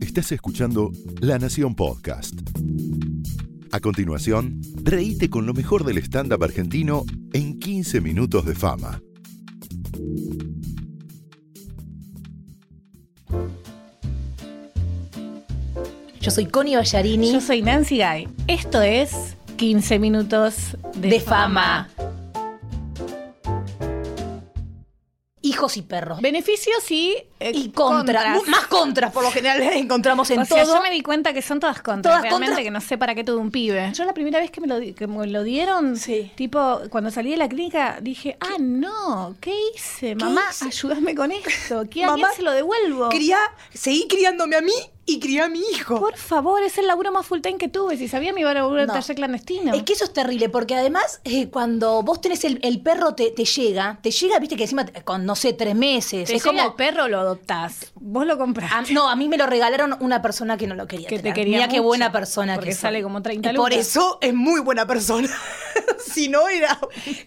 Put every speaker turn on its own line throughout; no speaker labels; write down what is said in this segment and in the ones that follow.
Estás escuchando La Nación Podcast. A continuación, reíte con lo mejor del stand-up argentino en 15 minutos de fama.
Yo soy Connie Ballarini.
Yo soy Nancy Guy. Esto es 15 minutos de,
De fama.
fama.
Hijos y perros.
Beneficios y, eh,
Y contras.
contras.
Más contras, por lo general, encontramos en
O sea,
todo.
yo me di cuenta que son todas contras,
Todas
realmente
contras.
que no sé para qué tuve un pibe. Yo la primera vez que me lo, di- que me lo dieron,
Sí.
tipo, cuando salí de la clínica, dije, ah, no, ¿qué hice? Mamá,
hice?
ayúdame con esto, ¿Qué, ¿a
Mamá,
quién se lo devuelvo?
Criá, seguí criándome a mí y criá a mi hijo.
Por favor, es el laburo más full time que tuve, si sabía me iba a laburar
No.
en taller clandestino.
Es que eso es terrible, porque además eh, cuando vos tenés el, el perro te, te llega, te llega, viste que encima te- con, no sé, tres meses.
Te
es
llega el
como...
perro lo adoptás, vos lo comprás.
a- no, a mí me lo regalaron una persona que no lo quería
Que te
tener.
quería
Mira qué
mucho,
buena persona
porque
que soy.
sale como 30
Y Por
lucas.
eso es muy buena persona. si no era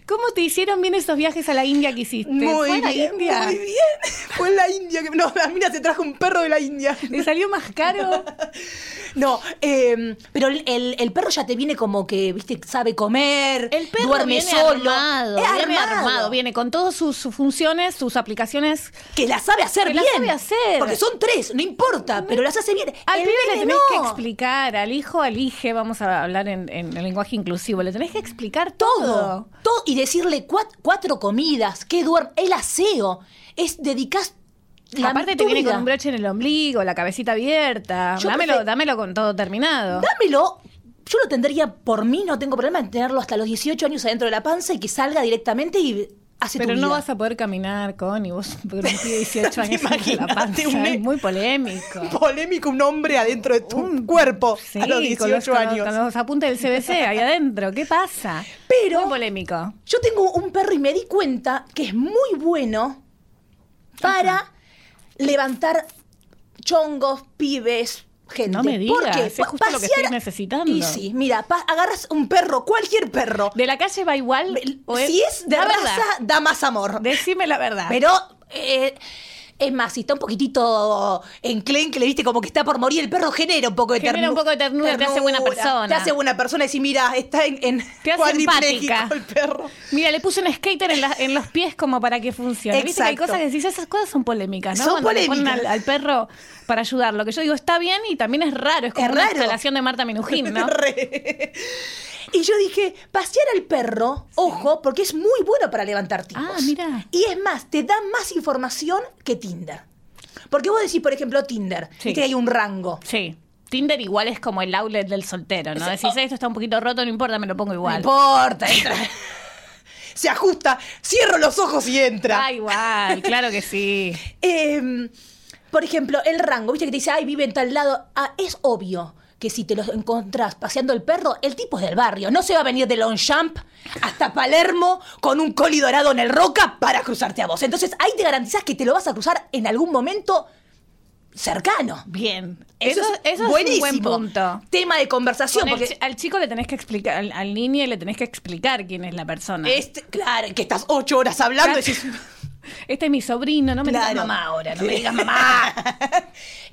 ¿Cómo te hicieron bien esos viajes a la India que hiciste?
Muy
¿Fue a la
bien,
India?
muy bien. Fue en la India que. No, la mina se trajo un perro de la India.
¿Te salió más caro?
No, eh, pero el, el- el perro ya te viene como que, viste, sabe comer,
El perro
duerme
viene
solo.
armado,
Es
viene armado, viene con todas sus, sus funciones, sus aplicaciones.
Que la sabe hacer
Que la
bien.
sabe hacer.
Porque son tres, no importa, pero las hace bien.
Al
El
pibe le
nene
tenés
no.
que explicar, al hijo, al hije, vamos a hablar en, en el lenguaje inclusivo, le tenés que explicar
Todo.
todo.
todo. Y decirle cuat- cuatro comidas, que duerme, el aseo. Es dedicas la
Aparte te
tu
viene
vida.
con un broche en el ombligo, la cabecita abierta.
Yo
dámelo,
prefe-
dámelo con todo terminado.
Dámelo. Yo lo tendría por mí, no tengo problema en tenerlo hasta los 18 años adentro de la panza y que salga directamente y hace tu
Pero no
vida.
vas a poder caminar, Connie, vos con un pibe de 18 años en la
Imagínate
panza.
un ne-
Es muy polémico.
Polémico un hombre adentro de tu cuerpo
Sí,
a los
con
18
los, con los-
años.
con los apuntes del CBC ahí adentro. ¿Qué pasa?
Pero-
Muy polémico.
Yo tengo un perro y me di cuenta que es muy bueno para levantar chongos, pibes, gente.
No me digas,
¿Por qué?
es
Pa-
justo lo que estoy necesitando.
Y sí, mira, pa- agarras un perro, cualquier perro.
¿De la calle va igual? ¿O
si es de
La
raza,
verdad.
da más amor.
Decime la verdad.
Ah. Pero eh, es más, si está un poquitito enclenque, le viste como que está por morir, el perro genera un poco de
Genera
ternura.
un poco de ternura, te hace buena persona.
Te hace buena persona y si mira, está en, en
Te hace
cuadripléjico
empática.
el perro.
Mira, le puse un skater en, la- en los pies como para que funcione. Viste que hay
Exacto.
cosas que decís, esas cosas son polémicas, ¿no?
Son
Cuando le ponen al,
polémicas.
al perro para ayudarlo. Que yo digo, está bien y también es raro. Es como
Es
una
raro.
instalación de Marta Minujín, ¿no?
Re. Y yo dije, pasear al perro, ojo, porque es muy bueno para levantar tipos.
Ah, mira.
Y es más, te da más información que Tinder. Porque vos decís, por ejemplo, Tinder,
Sí.
viste que hay un rango.
Sí. Tinder igual es como el outlet del soltero, ¿no? Decís, esto está un poquito roto, no importa, me lo pongo
No
igual.
importa, entra.
Se ajusta, cierro los ojos y entra.
Ah, igual, claro que sí.
Em, por ejemplo, el rango, viste que te dice, ay, vive en tal lado. Ah, es obvio que si te los encontrás paseando el perro, el tipo es del barrio. No se va a venir de Longchamp hasta Palermo con un coli dorado en el roca para cruzarte a vos. Entonces ahí te garantizás que te lo vas a cruzar en algún momento cercano.
Bien. Eso, eso es, un buen punto.
Tema de conversación.
Con el
porque
chi- al chico le tenés que explicar, al, al niño le tenés que explicar quién es la persona.
este- claro, que estás...
Ocho horas hablando.
Claro.
decís,
Este es mi sobrino, no me
Claro.
digas mamá ahora, no me digas mamá.
mamá.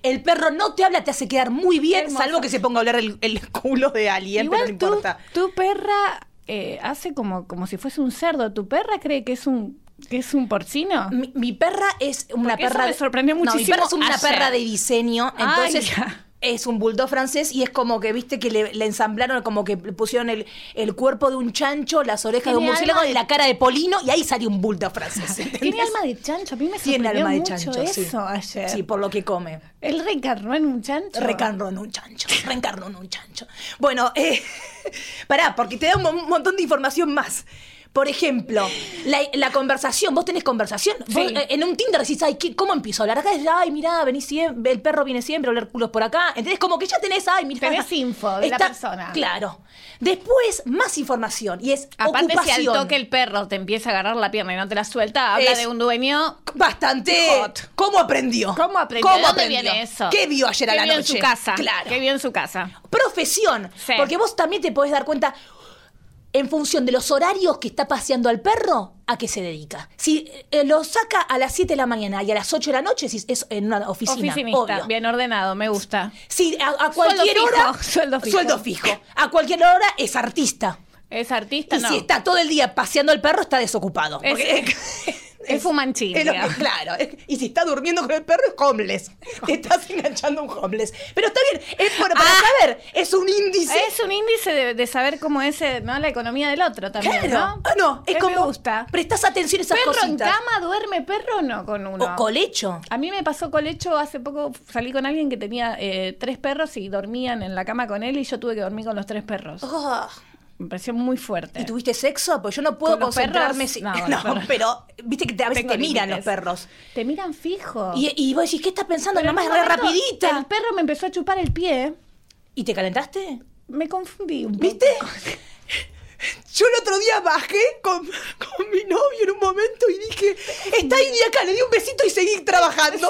El perro no te habla, te hace quedar muy bien,
Hermoso.
salvo
Algo que se ponga a hablar el, el culo de alguien, pero no
Igual tú-
importa.
tu perra eh, hace como, como si fuese un cerdo. ¿Tu perra cree que es un, que es un porcino?
Mi, mi perra es una
Porque eso
perra.
me sorprendió
No, mi
muchísimo
perra es una
ayer.
perra de diseño.
Ay,
Entonces.
ya.
es un bulldog francés y es como que, viste, que le, le ensamblaron, como que le pusieron el, el cuerpo de un chancho, las orejas de un
Tiene
murciélago
alma
y
de-
la cara de Polino y ahí salió un bulldog francés. ¿entendés?
Tiene alma de chancho, a mí me
Tiene
sorprendió
alma de
mucho
chancho, sí.
eso ayer.
Sí, por lo que come.
Él reencarnó en un chancho.
Recarnó en un chancho, reencarnó en un chancho. Bueno, eh, pará, porque te da un, mo- un montón de información más. Por ejemplo, la, la conversación, vos tenés conversación. Vos,
Sí.
eh, en un Tinder decís, ay, ¿qué- ¿cómo empiezo a hablar? Acá es, ay, mirá, venís siempre, el perro viene siempre, a oler culos por acá. Entonces, como que ya tenés, ay, mirá.
Tenés info de la persona.
Claro. Después, más información y es
Aparte, si al
ocupación.
toque el perro te empieza a agarrar la pierna y no te la suelta, habla
Es-
de un dueño
Bastante.
Hot.
¿Cómo aprendió?
¿Cómo aprendió?
¿Cómo
¿De dónde
aprendió?
viene eso?
¿Qué vio ayer a
¿Qué
la
vio
noche?
en su casa.
Claro.
¿Qué vio en su casa?
profesión.
Sí.
Porque vos también te podés dar cuenta, en función de los horarios que está paseando al perro, a qué se dedica. Si eh, lo saca a las 7 de la mañana y a las 8 de la noche, si es en una oficina,
Oficinista,
obvio.
bien ordenado, me gusta.
Si a, a cualquier
Sueldo fijo,
hora,
sueldo fijo.
A cualquier hora es artista.
Es artista,
y
no.
si está todo el día paseando al perro, está desocupado.
Es-
Porque-
es fumanchín,
es lo
digamos.
que- claro. es-
Y si está durmiendo con el perro es homeless. Te estás enganchando a un homeless. Pero está bien, es bueno para
Ah.
saber, es un índice.
Es un índice de, de saber cómo es eh, ¿no? la economía del otro también,
Claro.
¿no?
Ah, no, es
Eh,
como.
Me gusta.
Prestás atención a esas
¿Perro en
cositas.
cama duerme perro o no con uno?
O colecho.
A mí me pasó colecho hace poco, salí con alguien que tenía eh, tres perros y dormían en la cama con él y yo tuve que dormir con los tres perros.
Ah,
Me pareció muy fuerte.
¿Y tuviste sexo? Pues yo no puedo
¿Con los
concentrarme.
perros?
si-
No,
No,
con los perros.
pero viste que te- a veces
Tengo
te miran
límites.
los perros.
Te miran fijo.
Y, y vos decís, ¿qué estás pensando?
Pero en
Mamá
un
es re
momento
rapidita.
El perro me empezó a chupar el pie.
¿Y te calentaste?
Me confundí un poco.
¿Viste? Yo el otro día bajé con, con mi novio en un momento y dije, está India acá, le di un besito y seguí trabajando.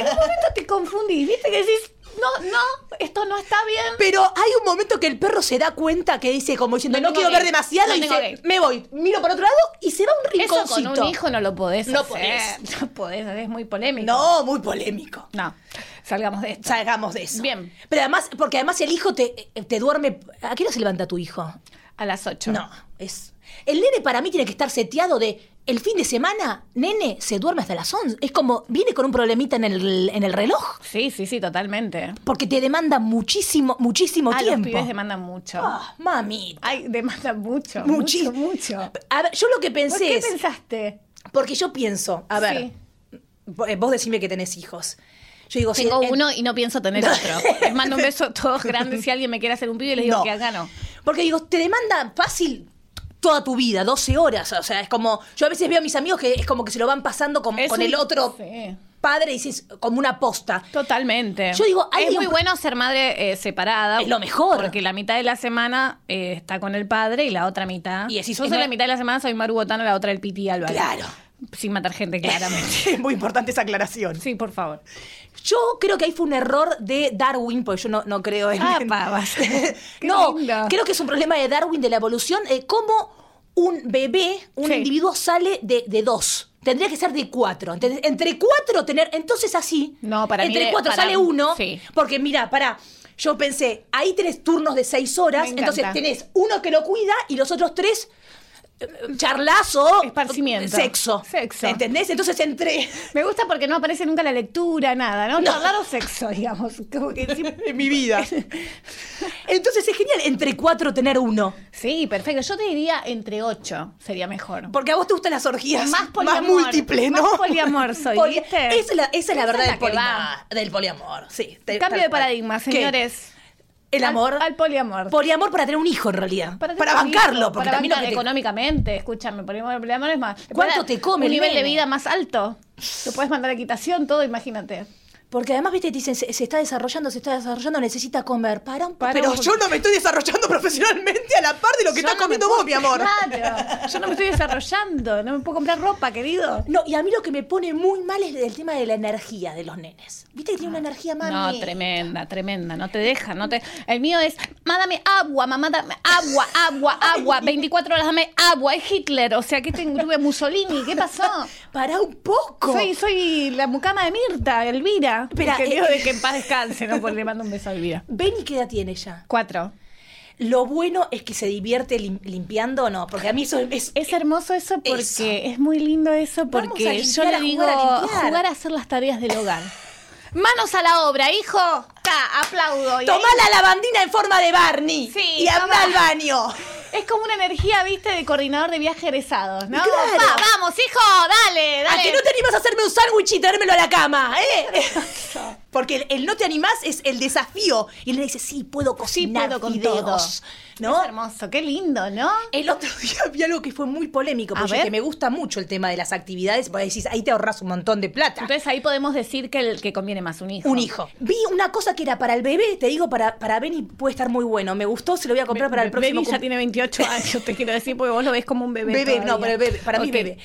en un momento te confundís, ¿viste? Que decís, no, no, esto no está bien.
Pero hay un momento que el perro se da cuenta que dice, como diciendo, no,
No tengo
quiero
gay.
ver demasiado,
No
y
tengo
dice,
gay.
me voy, miro para otro lado y se va a un
Eso
rinconcito.
con un hijo no lo podés
No
hacer.
podés.
No podés, es muy polémico.
No, muy polémico.
No, salgamos de esto.
Salgamos de eso.
Bien.
Pero además, porque además el hijo te, eh, te duerme. ¿A qué hora se levanta tu hijo?
A las 8.
No, es. El nene para mí tiene que estar seteado de. El fin de semana, nene, se duerme hasta las 11. Es como, viene con un problemita en el, en el reloj.
Sí, sí, sí, totalmente.
Porque te demanda muchísimo, muchísimo
Ah, los
tiempo.
pibes demandan mucho.
Ah, mami.
Ay, demandan mucho.
Muchi-
Mucho, mucho.
A ver, yo lo que
¿Vos
pensé
qué
es.
pensaste?
Porque yo pienso, a ver,
Sí.
vo- eh, vos decime que tenés hijos. Yo digo, sí,
Tengo
en-
uno y no pienso tener otro. Les mando un beso a todos grandes. Si alguien me quiere hacer un pibe, les digo
No.
que acá no.
Porque digo, te demanda fácil toda tu vida, 12 horas. O sea, es como. Yo a veces veo a mis amigos que es como que se lo van pasando con,
Es
con
un-
el otro
Sí.
padre y dices, como una posta.
Totalmente.
Yo digo, hay
es muy
un-
bueno ser madre eh, separada.
Es lo mejor.
Porque la mitad de la semana eh, está con el padre y la otra mitad.
Y decís,
yo
es
soy
no-
la mitad de la semana soy Maru Botana, la otra el Piti Álvarez.
Claro.
Sin matar
Eh.
gente, claramente.
Es muy importante esa aclaración.
sí, por favor.
Yo creo que ahí fue un error de Darwin, porque yo no, no creo en.
Ah,
en-
pavas. Qué
no,
lindo.
creo que es un problema de Darwin, de la evolución, eh, cómo un bebé, un
Sí.
individuo sale de, de dos. Tendría que ser de cuatro. Entonces, entre cuatro tener. Entonces así.
No, para mí
Entre
de-
cuatro
para-
sale uno.
sí.
Porque mira, pará. Yo pensé, ahí tenés turnos de seis horas.
Me encanta.
Entonces tenés uno que lo cuida y los otros tres eh, charlazo.
Esparcimiento.
Sexo.
Sexo.
¿Entendés? Entonces entre.
Me gusta porque no aparece nunca la lectura, nada, ¿no? Charlar o sexo, digamos. Como que siempre-
En mi vida.
Entonces es genial entre cuatro tener uno.
Sí, perfecto. Yo te diría entre ocho sería mejor.
Porque a vos te gustan las orgías
Más
más,
poliamor.
múltiple, ¿no?
Más poliamor soy,
Poli-
¿viste?
Esa es la, esa es la verdad
es
del,
la que
poliamor, del poliamor. Sí, te-
Cambio
tal
de
cual.
paradigma,
¿Qué?
señores.
El
Al-
amor.
Al, poliamor.
poliamor para tener un hijo, en realidad. Para,
tener un hijo,
bancarlo, porque
para
también lo
bancar
que te-
económicamente, escúchame, por ejemplo, el poliamor es más.
¿Cuánto
para
te come
Un
el
nivel de
nene?
vida más alto. Lo puedes mandar a quitación, todo, imagínate.
Porque además, viste, dicen, se, se está desarrollando, se está desarrollando, necesita comer. Para un poco.
Pero yo no me estoy desarrollando profesionalmente a la par de lo que
Yo
estás
no me
comiendo
puedo-
vos, mi amor.
Claro. Yo no me estoy desarrollando, no me puedo comprar ropa, querido.
No, y a mí lo que me pone muy mal es el tema de la energía de los nenes. Viste que tiene una energía mami.
Ah. No, tremenda, tremenda, no te deja, no te... El mío es, "Ma, dame agua, mamá, dame agua, agua, agua, 24 horas dame agua, es Hitler, o sea, que tengo, tuve Mussolini, ¿qué pasó?
Para un poco.
Soy, soy la mucama de Mirta, Elvira.
Espera,
que
eh,
Dios de que en paz descanse, ¿no? Porque le mando un beso a Elvira.
Benny, ¿qué edad tiene ya?
Cuatro.
Lo bueno es que se divierte lim- limpiando o no, porque a mí eso es...
Es hermoso eso porque
Eh, Eso.
es muy lindo eso
Vamos a
porque yo
limpiar,
le
a
digo
jugar, a limpiar.
jugar a hacer las tareas del hogar. Manos a la obra, hijo. Acá, aplaudo. Y ahí-
Tomá la lavandina en forma de Barney
Sí,
y
tomá.
anda al baño.
Es como una energía, viste, de coordinador de viajes egresados, ¿no?
Claro.
Pa, vamos, hijo, dale,
A
dale.
que no te animás a hacerme un sándwich y traérmelo a la cama, ¿eh? Porque el, el no te animás es el desafío. Y él le dice, sí, puedo
Sí,
cocinar
puedo con
fideos",
todo.
¿No?
Es hermoso, qué lindo, ¿no?
El otro día vi algo que fue muy polémico,
A
porque
ver.
que me gusta mucho el tema de las actividades, porque decís, ahí te ahorras un montón de plata.
Entonces ahí podemos decir que el que conviene más un hijo.
un hijo. Vi una cosa que era para el bebé, te digo, para, para Benny puede estar muy bueno. Me gustó, se lo voy a comprar para el próximo
Baby ya
cum-
tiene 28 años, te quiero decir, porque vos lo ves como un bebé.
Bebé,
todavía.
no, para el bebé, para mí
Ok.
bebé.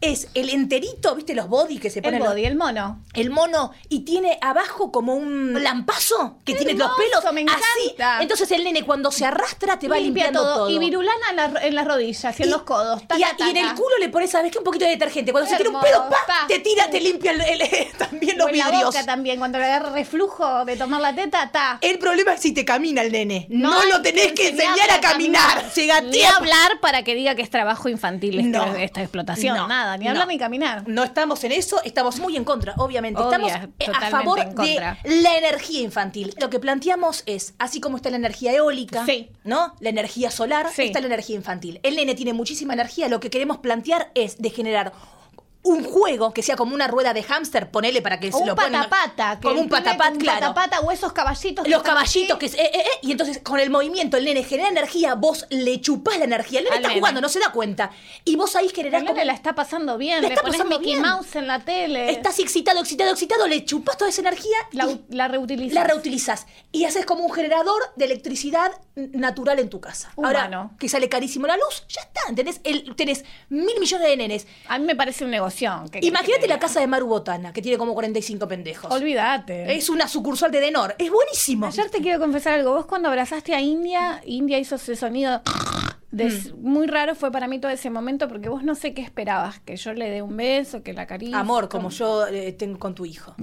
es el enterito, ¿viste? Los body que se
El
ponen.
body,
los-
el mono.
el mono y tiene abajo como un lampazo que
¡Qué
tiene los
hermoso!
pelos
¡Me
así.
encanta!
Entonces el nene cuando se arrastra te va
Limpia
limpiando todo.
Y virulana en, las- en las rodillas y en los codos.
y, a-
Taca,
y en el
taca.
culo le pones, ¿sabes qué? Un poquito de detergente. Cuando se tira un pedo,
Hermoso,
¡pa!
pa.
Te tira, te limpia el- el- también los
O en la
vidrios.
boca también, cuando le agarra reflujo de tomar la teta,
Eh,
ta.
El problema es si te camina el nene. No,
hay
lo tenés que
enseñarle
enseñar a caminar. Llega
Ni
tiempo.
hablar para que diga que es trabajo infantil esta,
No.
esta explotación.
No.
Nada, ni
No.
hablar ni caminar.
No estamos en eso, estamos muy en contra, obviamente.
Obvia,
estamos eh, a
totalmente
favor
en contra.
de la energía infantil. Lo que planteamos es, así como está la energía eólica,
Sí.
¿no? La energía solar,
Sí.
está la energía infantil. El nene tiene muchísima energía, lo que queremos plantear es de generar un juego que sea como una rueda de hámster, ponele para que
O
se
un
lo pongan-
patapata. que
como un
el pibe
patapat,
con
claro.
patapata o esos caballitos. que
Los
están
caballitos
así.
que es, eh, eh, eh, y entonces con el movimiento el nene genera energía, vos le chupás la energía, el nene
Al
está
nene.
jugando, no se da cuenta. Y vos ahí
La
generás
nena
como
la está pasando bien.
La
Le
está
pones
pasando
Mickey
bien.
Mouse en la tele.
Estás excitado, excitado, excitado, le chupas toda esa energía
la,
y
la reutilizas.
la reutilizas. Y haces como un generador de electricidad n- natural en tu casa. Ahora,
Humano.
que sale carísimo la luz, ya está. Tenés, el, tenés mil millones de nenes.
A mí me parece un negocio. ¿qué querés que
Imagínate
te
la
diga?
casa de Maru Botana, que tiene como 45 pendejos.
Olvídate.
Es una sucursal de Denor. Es buenísimo.
Ayer te quiero confesar algo. Vos cuando abrazaste a India, India hizo ese sonido
Mm.
de- muy raro fue para mí todo ese momento porque vos no sé qué esperabas, que yo le dé un beso, que la acaricie.
Amor, como yo eh, tengo con tu hijo.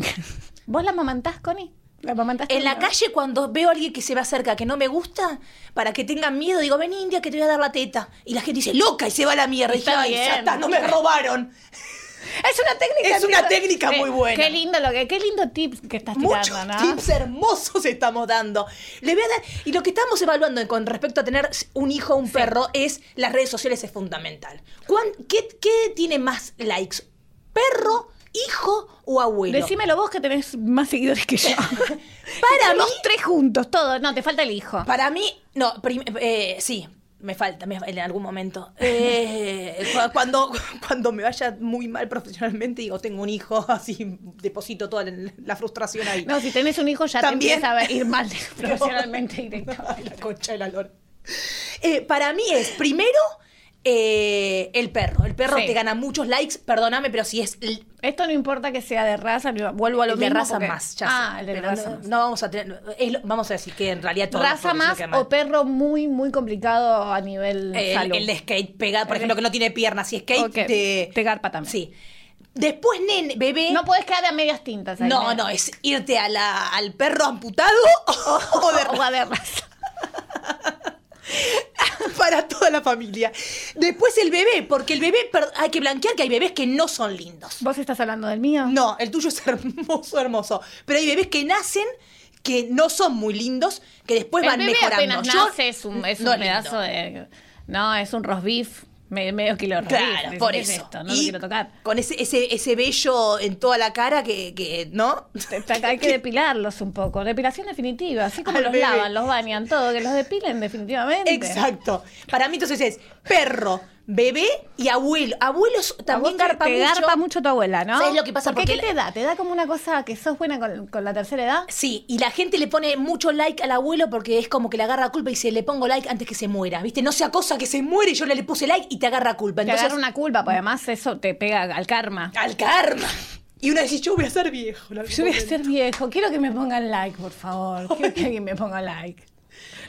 ¿Vos la mamantás, Connie? ¿La mamantás
En la
conmigo?
calle, cuando veo a alguien que se me acerca que no me gusta, para que tengan miedo, digo, ven India, que te voy a dar la teta. Y la gente dice, loca, y se va a la mierda. Y dije,
Está
"Ay, ya
bien.
está, no me robaron.
Es una técnica.
Es una
tío.
técnica
Eh,
muy buena.
Qué lindo lo que, qué lindo tips que estás
Muchos
tirando, ¿no?
tips hermosos estamos dando. Le voy a dar- y lo que estamos evaluando en- con respecto a tener un hijo o un perro es las redes sociales es fundamental. ¿Cuán- qué, qué tiene más likes? ¿Perro, hijo o abuelo?
Decímelo vos que tenés más seguidores que yo.
Para
los
mí-
tres juntos, todos. No, te falta el hijo.
Para mí, no, prim- eh, sí, me falta me- en algún momento. Eh, cu- cuando, cuando me vaya muy mal profesionalmente, digo, tengo un hijo, así deposito toda la, la frustración ahí.
No, si tenés un hijo ya
También.
te empieza a ir mal profesionalmente directo.
Ay, la concha de la lora. Eh, para mí es primero eh, el perro. El perro
Sí.
te gana muchos likes, perdóname, pero si es l-
Esto no importa que sea de raza, no- vuelvo a lo
el de
mismo.
raza
porque-
más, ya
ah,
sé.
el de
Pero
raza
no,
más.
no vamos a tener. es lo- vamos a decir que en realidad todo
raza más o perro muy, muy complicado a nivel
Eh, el,
salud.
el de skate pegado, por
El de-
ejemplo, que no tiene piernas. Si skate
Ok,
te.
te garpa también.
Sí. Después, nene, bebé.
No podés quedar a medias tintas. ahí,
no,
nena.
no, es irte a la- al perro amputado
Oh.
o de
O a de raza.
para toda la familia. Después el bebé, porque el bebé, per- hay que blanquear que hay bebés que no son lindos.
¿Vos estás hablando del mío?
No, el tuyo es hermoso, hermoso. Pero hay bebés que nacen que no son muy lindos, que después
el
van
bebé
mejorando.
apenas
Yo-
nace, es un, es
no
un pedazo
lindo.
de... No, es un rosbif, me- medio kilo de roast beef.
Claro,
Decís,
por
¿qué es
eso.
esto? No
Y
lo quiero tocar.
Con ese, ese, ese vello en toda la cara que, que ¿no?
Te- te- Hay que depilarlos un poco. Depilación definitiva. Así como
Al
los
bebé.
lavan, los bañan, todo. Que los depilen definitivamente.
Exacto. Para mí entonces es perro, bebé y abuelo. Abuelos
A vos
también
te-
garpa
te
mucho.
garpa mucho tu abuela, ¿no?
¿Sabes lo que pasa?
¿Por qué?
Porque
¿Qué
la-
te da? ¿Te da como una cosa que sos buena con, con la tercera edad?
Sí, y la gente le pone mucho like al abuelo porque es como que le agarra culpa y se le pongo like antes que se muera, ¿viste? No sea cosa que se muere, yo le, le puse like y te agarra culpa.
Te
Entonces,
agarra una culpa, porque además eso te pega al karma.
al karma. Y una dice, yo voy a ser viejo. en algún
Yo voy a
momento.
ser viejo, quiero que me pongan like, por favor. Quiero que alguien me ponga like.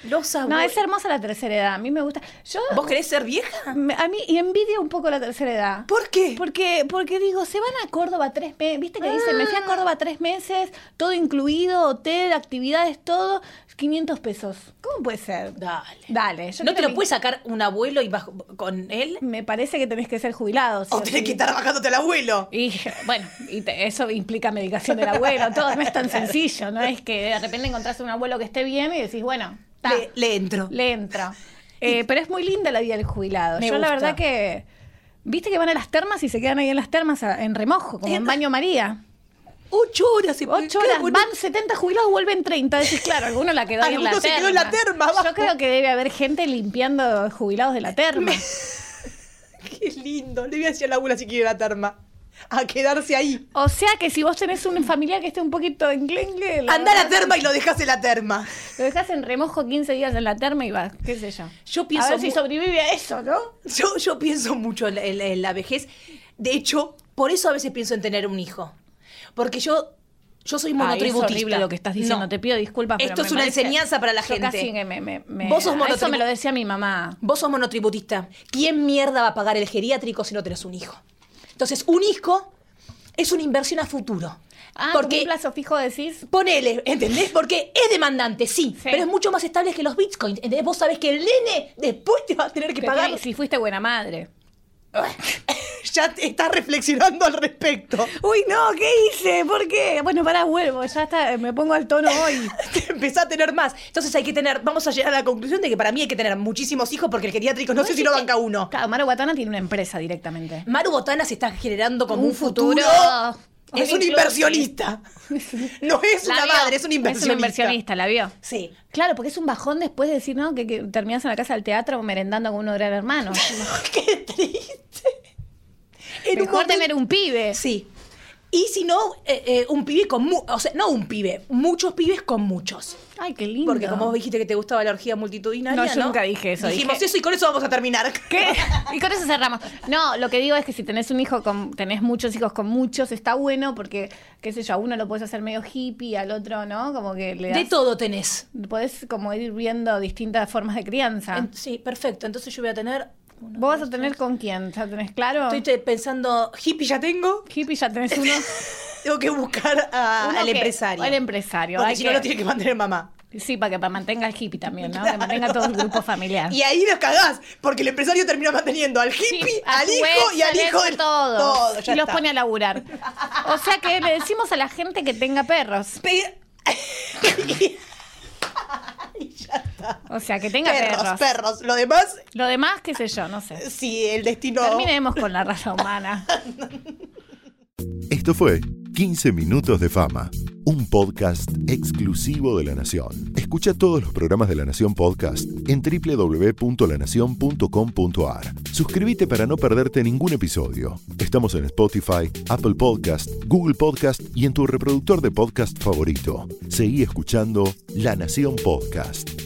Los
No,
abuelos.
es hermosa la tercera edad, a mí me gusta. Yo,
¿Vos querés ser vieja?
me- a mí y envidio un poco la tercera edad.
¿Por qué?
Porque, porque digo, se van a Córdoba tres meses, viste que dicen, me fui a Córdoba tres meses, todo incluido, hotel, actividades, todo, 500 pesos. ¿Cómo puede ser?
Dale.
Dale. yo
¿No te
quiero
lo
mi-
puede sacar un abuelo y bajo- con él?
Me parece que tenés que ser jubilado. sí
O
o
tenés
sí.
que estar bajándote al abuelo.
Y bueno, y te- eso implica medicación del abuelo, todo no es tan sencillo, no es que de repente encontrás un abuelo que esté bien y decís, bueno, ta,
Le, le entro.
le entra. Eh, pero es muy linda la vida del jubilado.
Me
Yo la
gusta.
verdad que, viste que van a las termas y se quedan ahí en las termas a- en remojo, como en baño María.
Ocho horas. y-
Ocho
qué
horas,
bueno.
van 70 jubilados, vuelven 30. Decís, claro, alguno la quedó ahí en la
Alguno
terma.
se quedó en la terma, abajo.
Yo creo que debe haber gente limpiando jubilados de la terma.
Qué lindo. Le voy a decir a la abuela si quiere la terma. A quedarse ahí.
O sea que si vos tenés un familiar que esté un poquito en
Anda a la terma y lo dejas en la terma.
Lo dejas en remojo 15 días en la terma y vas, qué sé yo.
Yo pienso
a ver si
mu-
sobrevive a eso, ¿no? Ah,
Yo, yo pienso mucho en la, en la- en la vejez. De hecho, por eso a veces pienso en tener un hijo. Porque yo, yo soy monotributista.
Ay, Ah, es horrible lo que estás diciendo.
No.
Te pido disculpas. pero
Esto
me
es una
parece-
enseñanza para la
yo
gente.
casi que me- me- me-
Vos sos
a Eso
monotribu-
me lo decía mi mamá.
Vos sos monotributista. ¿Quién mierda va a pagar el geriátrico si no tenés un hijo? Entonces, un hijo es una inversión a futuro.
Ah, porque
porque
un plazo fijo decís.
ponele, ¿entendés? Porque es demandante, sí,
Sí.
pero es mucho más estable que los bitcoins. ¿entendés? Vos sabés que el nene después te va a tener que
que
pagar.
tiene- si fuiste buena madre.
Ya te estás reflexionando al respecto.
Uy, no, ¿qué hice? ¿Por qué? Bueno, para, vuelvo. Ya está, me pongo al tono hoy.
Te empezás a tener más. Entonces hay que tener, vamos a llegar a la conclusión de que para mí hay que tener muchísimos hijos porque el geriátrico no sé si no banca uno.
Claro, Mara Guatana tiene una empresa directamente.
Maru Botana se está generando como un,
Un
futuro.
futuro.
Es
Ay,
una inversionista. No es
La
una
vio.
madre, es una inversionista.
Es una inversionista, la vio.
Sí.
Claro, porque es un bajón después de decir, ¿no? Que, que terminás en la casa del teatro merendando con uno gran hermano.
Qué triste. En un
Mejor
momento-
tener un pibe.
Sí. Y si no, eh, eh, un pibe con... mu- O sea, no un pibe, muchos pibes con muchos.
Ay, qué lindo.
Porque como vos dijiste que te gustaba la orgía multitudinaria,
No, yo nunca dije eso,
Dijimos
dije-
eso y con eso vamos a terminar.
¿Qué? Y con eso cerramos. No, lo que digo es que si tenés un hijo con, tenés muchos hijos con muchos, está bueno porque, qué sé yo, a uno lo podés hacer medio hippie, al otro, ¿no? Como que le das,
De todo tenés.
podés como ir viendo distintas formas de crianza.
En- sí, perfecto. Entonces yo voy a tener... uno,
¿Vos vas
dos,
a tener con quién? ¿Ya tenés claro?
Estoy te- pensando, hippie ya tengo,
Hippie ya tenés uno.
tengo que buscar a-
uno
al
que-
empresario.
Al empresario.
Porque
hay
si
que-
no lo tiene que mantener mamá.
Sí, para que pa- mantenga el hippie también, ¿no?
Claro.
Que mantenga todo el grupo familiar.
Y ahí los cagás, porque el empresario termina manteniendo al hippie,
Sí, a
al
su
hijo
ex,
y al
ex,
hijo
a
del
todos.
Todo, ya
y los
está.
pone a laburar. O sea que le decimos a la gente que tenga perros.
Pe-
O sea, que tenga perros.
Perros, perros, Lo demás,
Lo demás, qué sé yo, no sé.
si el destino.
Terminemos con la raza humana.
Esto fue 15 Minutos de Fama, un podcast exclusivo de La Nación. Escucha todos los programas de La Nación Podcast en www.lanacion.com.ar. Suscríbete para no perderte ningún episodio. Estamos en Spotify, Apple Podcast, Google Podcast y en tu reproductor de podcast favorito. Seguí escuchando La Nación Podcast.